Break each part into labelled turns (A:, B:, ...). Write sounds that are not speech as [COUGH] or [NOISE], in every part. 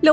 A: Lo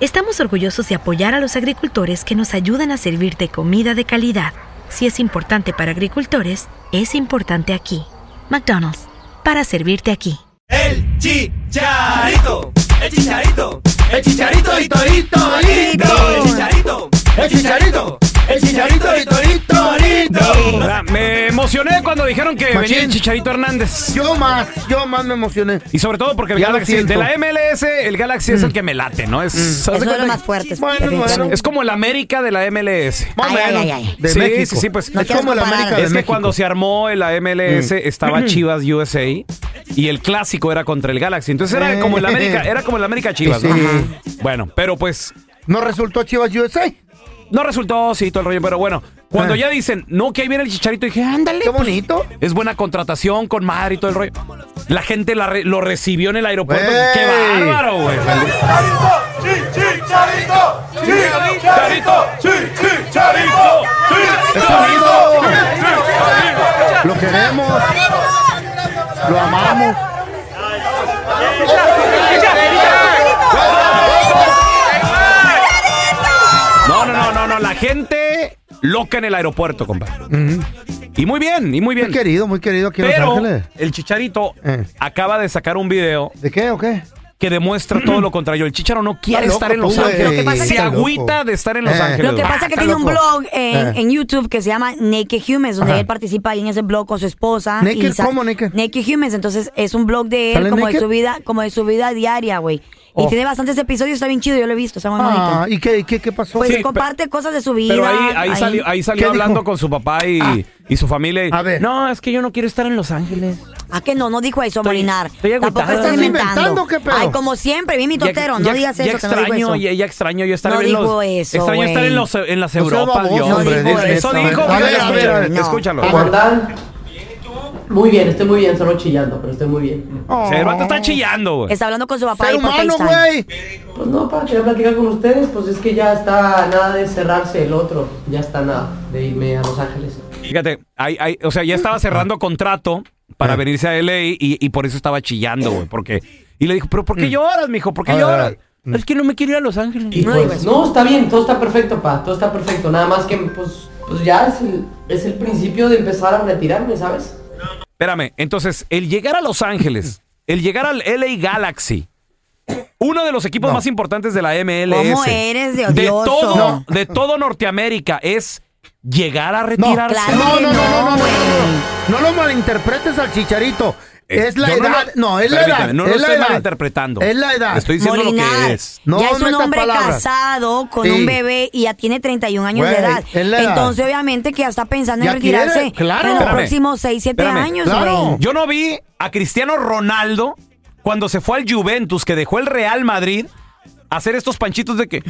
B: estamos orgullosos de apoyar a los agricultores que nos ayudan a servirte comida de calidad. Si es importante para agricultores, es importante aquí. McDonald's, para servirte aquí.
C: El chicharito, el chicharito, el chicharito y torito, lindo. El chicharito, el chicharito, el chicharito y torito, lindo.
D: Ah, Me emocioné cuando dijeron que
E: Machín.
D: venía el Chicharito Hernández.
E: Yo más, yo más me emocioné.
D: Y sobre todo porque el
E: Ya lo
D: Galaxy,
E: siento. Mm.
D: de la MLS, el Galaxy es el que me late, ¿no? Es, ¿haz
F: Es uno
D: de
F: de los
D: cuenta?
F: más fuertes.
E: Bueno,
F: definitivamente.
E: bueno.
D: Es como el América de la MLS.
E: Más o
F: Ay, ay,
E: menos,
F: ay, ay.
E: De
D: Sí,
E: México.
D: sí, sí, pues. No
E: es
F: quieras
E: como la
F: comparar.
E: América de
D: Es que
E: México. Mm.
D: cuando se armó la MLS estaba Chivas USA y el clásico era contra el Galaxy. Entonces era
E: Eh.
D: como el América, era como el América Chivas,
E: Sí.
D: ¿no?
E: Ajá.
D: Bueno, pero pues
E: No resultó Chivas USA.
D: no resultó sí todo el rollo, pero bueno, cuando
E: Ah.
D: ya dicen, "No, que ahí viene el Chicharito", dije, "Ándale,
E: Qué bonito.
D: Es buena contratación con madre y todo el rollo. La gente la re- lo recibió en el aeropuerto.
E: ¡Ey!
D: ¡Qué bárbaro, güey!
E: Es bonito. Lo queremos. Lo amamos.
D: No, no, no, no, no. La gente loca en el aeropuerto, compa. Y muy bien, y muy bien.
E: Muy querido, muy querido aquí en Los
D: Pero
E: Ángeles.
D: el Chicharito
E: Eh.
D: acaba de sacar un video
E: ¿De qué o qué?
D: que demuestra todo lo contrario. El Chicharo no quiere
E: Está
D: estar
E: loco
D: en Los
E: tú, güey.
D: Ángeles.
F: Lo que pasa es
D: Se
F: que-
D: agüita de estar en Los
E: Eh.
D: Ángeles.
F: Lo que pasa es que
E: Está
F: tiene un
E: loco.
F: blog en,
E: Eh.
F: en YouTube que se llama Naked Humans, donde
E: Ajá.
F: él participa ahí en ese blog con su esposa.
E: ¿Naked?
F: y sa-
E: ¿Cómo naked?
F: Humans, entonces es un blog de él
E: ¿Sale
F: como de,
E: naked?
F: su vida, como de su vida diaria, güey. Y
E: Oh.
F: tiene bastantes episodios, está bien chido, yo lo he visto, está muy
E: Ah,
F: bonito.
E: ¿y qué, qué, qué pasó?
F: Pues
D: Sí,
F: comparte cosas de su vida.
D: Pero ahí, ahí salió, ahí salió
E: ¿Qué
D: hablando
E: dijo? Ah.
D: con su papá y, y su familia. y,
E: A ver.
D: No, es que yo no quiero estar en Los Ángeles.
F: Ah, que no, no dijo eso, Molinar.
D: estoy agüitado.
F: Tampoco está
D: ¿Estás
E: inventando
F: inventando.
E: qué pedo?
F: Ay, como siempre, bien mi totero, no digas eso, que no
D: extraño,
F: digo eso.
D: Ya, ya extraño yo estar
F: No
D: en los,
F: digo eso,
D: extraño estar en
F: güey.
D: los en las
E: No sea
D: Europas,
E: baboso,
D: Dios.
E: Pues, hombre,
F: No dijo
D: eso
E: eso,
D: dijo,
E: a ver,
D: mira,
E: a ver, a ver.
F: No.
D: escúchalo, escúchalo.
G: ¿Cómo están? Muy bien, estoy muy bien, solo chillando, pero estoy muy bien.
D: O sea, el vato está chillando, güey.
F: Está hablando con su papá
E: Ser
F: ahí por
E: humano,
F: FaceTime.
E: güey.
G: Pues no, para quería platicar con ustedes, pues es que ya está nada de cerrarse el otro, ya está nada de irme a Los Ángeles.
D: Fíjate, ahí- ahí- o sea, ya estaba
F: Ah.
D: cerrando contrato para
E: Eh.
D: venirse a LA y, y por eso estaba chillando, güey, porque y le dijo, "¿Pero
F: Mm.
D: por qué lloras, mijo? ¿Por qué
E: A ver, a
D: lloras?"
E: ver. Mm.
D: Es que no me quiero ir a Los Ángeles.
G: Y
F: No
G: pues,
F: digas.
G: no, está bien, todo está perfecto, pa, todo está perfecto, nada más que pues, pues ya es el, es el principio de empezar a retirarme, ¿sabes?
D: Espérame, entonces, el llegar a Los Ángeles,
E: [LAUGHS]
D: el llegar al LA Galaxy, uno de los equipos más importantes de la MLS.
F: ¿Cómo eres de
D: de
F: odioso?
D: todo,
F: No.
D: de todo Norteamérica es llegar a retirarse.
F: claro.
E: No, no, no, no, no, no, no,
F: güey.
E: no. No lo malinterpretes al chicharito.
D: Es-
E: Es, la
D: yo no
E: edad.
D: lo-
E: No, es la
D: permíteme,
E: edad.
D: no lo
E: es la
D: estoy
E: edad.
D: malinterpretando.
E: Es la edad.
D: Estoy diciendo lo
F: Molinar,
D: que es.
E: No
F: ya es un
E: metas
F: hombre
E: palabras.
F: casado con
E: Sí.
F: un bebé y ya tiene 31 años de
E: Güey,
F: edad.
E: es la edad.
F: Entonces, obviamente, que ya está pensando en
E: Ya quiere,
F: retirarse
E: claro.
F: en los
D: Espérame,
F: próximos 6, 7
D: espérame,
F: años,
E: claro.
F: güey.
D: Yo no vi a Cristiano Ronaldo cuando se fue al Juventus, que dejó el Real Madrid, hacer estos panchitos de que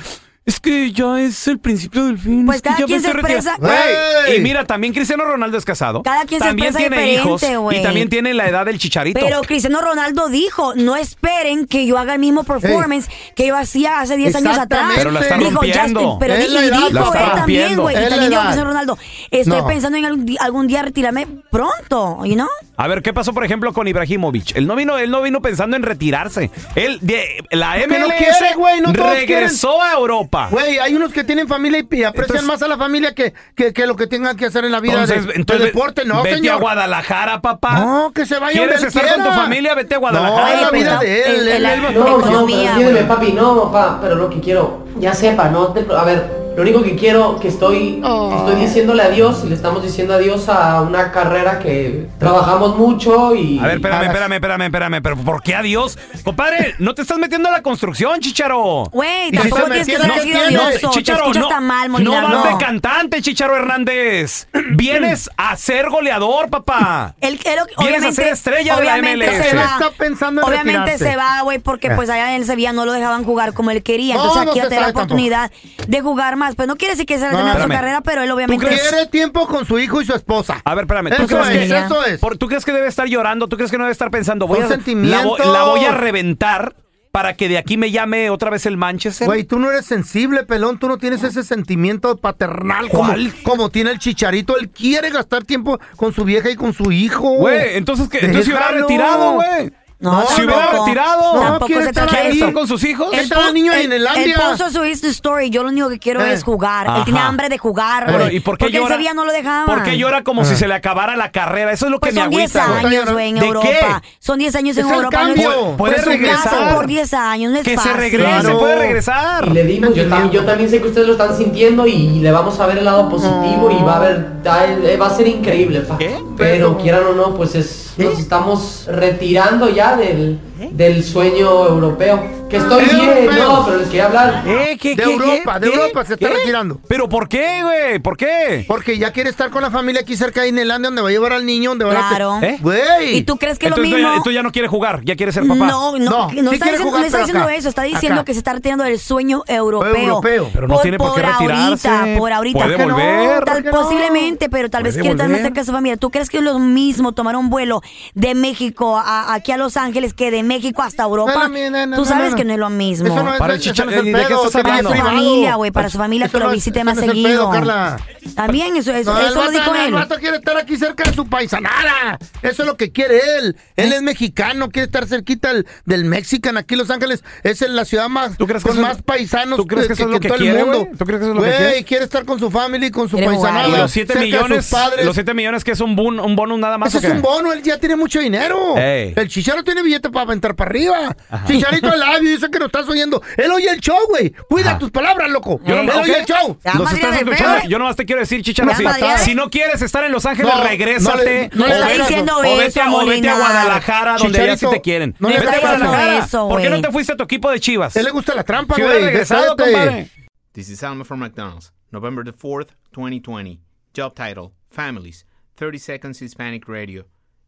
D: Es que ya es el principio del fin.
F: Pues
D: es que
F: cada
D: ya
F: quien
D: me
F: se
D: estoy retirando".
F: expresa-
D: Güey,
E: ¡Ey!
D: Y mira, también Cristiano Ronaldo es casado.
F: Cada quien se
D: También
F: expresa
D: tiene
F: diferente,
D: hijos.
F: güey.
D: Y también tiene la edad del chicharito.
F: Pero Cristiano Ronaldo dijo, no esperen que yo haga el mismo performance que yo hacía hace 10 años atrás.
E: Exactamente. Pero la está
F: dijo, ya
D: rompiendo.
F: estoy- pero
E: Es
F: di-
E: la
F: y
E: edad,
F: dijo
D: la está
F: él también,
D: rompiendo.
F: güey.
E: Es
F: Y
E: la
F: también dijo
E: edad.
F: Cristiano Ronaldo, estoy
E: No.
F: pensando en algún, di- algún día retirarme pronto, ¿y no?
D: A ver, ¿qué pasó, por ejemplo, con Ibrahimovic? Él no vino, él no vino pensando en retirarse. Él, de- la
E: que no
D: MLS
E: quiere, güey, no todos
D: regresó a Europa.
E: Güey, hay unos que tienen familia y, y aprecian
D: Entonces-
E: más a la familia que, que, que lo que tengan que hacer en la vida
D: Entonces,
E: de,
D: entonces
E: de deporte, no,
D: vete a
E: señor.
D: Guadalajara, papá.
E: No, que se vaya
D: ¿Quieres
E: donde él
D: estar con tu
E: quiera.
D: familia? Vete a
E: No,
D: Guadalajara.
E: es la
F: pues,
E: vida
F: no,
E: de él.
F: el-
E: él-
F: el-
E: él
F: la-
E: va-
G: No, no,
F: economía,
G: pero entiéndeme, papi, no, papá, pero lo que quiero, ya sepa, no te, a ver, lo único que quiero que estoy,
F: Oh.
G: estoy diciéndole adiós y le estamos diciendo adiós a una carrera que trabajamos mucho y
D: A ver, espérame,
E: Hagas-
D: espérame, espérame, espérame. ¿Pero por qué adiós? Compadre, no te estás metiendo a la construcción, chicharo.
F: Güey,
E: Y si
F: tampoco
E: se
F: tienes que
E: metieron,
F: ser
E: no
F: seguido
E: tiene-
F: odioso. Te
D: Chícharo,
F: escuchas
D: no,
F: tan mal,
D: no
F: Molina,
D: vas
F: no.
D: de cantante, Chicharo Hernández. Vienes a ser goleador, papá.
F: Él, él,
D: a
F: obviamente,
D: ser estrella de la
F: obviamente
D: MLS.
F: se va.
E: Está pensando en
F: Obviamente
E: retirarse.
F: se va, güey, porque
E: Eh.
F: pues allá en el Sevilla no lo dejaban jugar como él quería.
E: No,
F: Entonces
E: no
F: aquí
E: se
F: ya te da la
E: sabe tampoco.
F: oportunidad de jugar más. Pues no quiere decir que se ha
E: No,
F: terminado su
D: espérame.
F: carrera, pero él obviamente...
E: Quiere tiempo con su hijo y su esposa.
D: A ver, espérame. ¿Tú
E: Eso
D: crees,
F: crees
E: es,
F: que ya?
E: eso es.
D: por- ¿Tú crees que debe estar llorando? ¿Tú crees que no debe estar pensando? Voy
E: Son
D: a, la, vo-
E: sentimientos.
D: la voy a reventar para que de aquí me llame otra vez el Manchester.
E: Güey, tú no eres sensible, pelón. Tú no tienes ese sentimiento paternal como,
D: ¿Cuál?
E: como tiene el chicharito. Él quiere gastar tiempo con su vieja y con su hijo.
D: Güey, entonces, ¿qué? entonces se hubiera
E: Déjalo.
D: retirado, güey.
F: No,
D: se hubiera
F: tampoco.
D: retirado.
F: No,
E: No,
F: tampoco
E: quiere
F: se
E: estar
F: trata de
D: ¿Quiere
E: ahí.
D: estar
F: eso.
D: con sus hijos?
E: Él
F: pu-
E: estaba niño en
F: él-
E: Islandia.
F: Él puso su Insta story. Yo lo único que quiero
E: Eh.
F: es jugar.
D: Ajá.
F: Él tenía hambre de jugar.
D: Pero,
F: güey,
D: ¿Y por qué
F: porque
D: llora?
F: el Sevilla no lo dejaba.
D: ¿Por qué llora como
E: Ah.
D: si se le acabara la carrera? Eso es lo que
F: Pues
D: me
F: son 10
D: agüita, güey.
F: años, güey, en
D: ¿De
F: Europa.
D: qué?
F: Son 10 años en
E: Es el
F: Europa. no es-
E: cambio.
F: no
D: Puede
F: es un caso
D: regresar.
F: por 10 años, no es
D: Que se
F: fácil.
D: regrese,
E: Claro.
D: puede
G: y
D: regresar.
G: le dimos, yo también, yo también sé que ustedes lo están sintiendo y le vamos a ver el lado positivo y va a haber, eh, va- va a ser increíble, pa.
D: ¿Qué?
G: pero quieran o no, pues es, nos estamos retirando ya del, del sueño europeo. Que estoy bien,
E: Europeo.
G: no, pero les quería hablar.
D: ¿Eh? ¿Qué,
E: De
D: qué,
E: Europa, de Europa se está retirando.
D: ¿Pero por qué, güey? ¿Por qué?
E: Porque ya quiere estar con la familia aquí cerca de Inelandia, donde va a llevar al niño, donde va a...
F: Claro.
D: ¿Eh?
E: Güey.
F: ¿Y tú crees que es lo
D: Entonces, tú
F: mismo?
D: ya- tú ya no quieres jugar, ya quieres ser papá.
F: No, no, no,
E: No, sí
F: está
E: quiere
F: diciendo,
E: jugar,
F: no está
E: pero
F: diciendo
E: acá,
F: eso, está diciendo
E: acá.
F: que se está retirando del sueño europeo.
E: Europeo.
D: Pero no tiene por qué retirarse,
F: ahorita, por ahorita.
D: puede
F: Tal-
D: volver.
F: tal-
E: ¿Por qué no?
F: posiblemente, pero tal vez
D: Puede
F: quiere estar más
D: volver.
F: cerca de su familia. ¿Tú crees que es lo mismo tomar un vuelo de México a- aquí a Los Ángeles que de México hasta Europa?
E: No es lo mismo, no, no,
F: Tú
E: no,
F: sabes
E: no.
F: que no es lo mismo.
E: Eso no es,
D: Para
E: para
D: el
E: el
D: chicha-
E: no es el
D: ¿de qué
E: pedo,
D: estás
E: que
D: hablando?
E: es
D: Para su
E: privado.
F: familia, güey, para su familia
E: Eso
F: que lo
E: no es-
F: visite
E: eso
F: más
E: no es el
F: seguido.
E: pedo, Carla.
F: También eso, eso,
E: No, el
F: eso lo
E: vato-
F: dijo
E: El
F: él.
E: vato quiere estar aquí cerca de su paisanara. Eso es lo que quiere él. Él es mexicano, quiere estar cerquita del, del Mexican. Aquí en Los Ángeles es en la ciudad más
D: ¿Tú crees que
E: con
D: eso-
E: más paisanos
D: tú crees que eso es lo que quiere, güey? ¿Tú crees que eso es lo que
E: Güey,
D: quiere?
E: quiere estar con su familia y con su
F: Quiere jugar.
E: paisanara.
D: Y los 7
E: cerca de sus
D: millones,
E: padres.
D: los 7 millones que es un, bono, un bonus nada más.
E: Ese
D: ¿o
E: es
D: qué?
E: un bono, él ya tiene mucho dinero.
D: Ey.
E: El chicharo tiene billete para aventar para arriba. Chicharito al labio dice que no estás oyendo. Él oye el show, güey. Cuida tus palabras, loco.
D: Yo no,
E: él
D: ok.
E: oye el show.
F: Ya,
D: Los
F: madre
D: estás
F: de
D: escuchando.
F: feo, eh.
D: Yo nomás te quiero decir, Chicharo,
F: Ya,
D: si,
F: madre de-
D: si no quieres estar en Los Ángeles,
E: No,
D: regrésate.
E: no le- no le
D: o
E: está
D: vete-
F: diciendo
D: o vete,
F: eso,
D: a- o vete a
F: Molina.
D: Guadalajara, donde ya sí
E: Chicharito,
D: te quieren.
E: no le
D: vete
E: está
D: a
E: diciendo
D: Guadalajara.
F: eso,
D: ¿Por qué no
F: güey.
D: te fuiste a tu equipo de Chivas?
E: A él le gusta la trampa,
D: Si
E: güey.
D: hubiera regresado,
E: Cállate.
D: compadre.
H: This is Alma from McDonald's, November the 4th, 2020. Job title Families, 30 Seconds Hispanic Radio.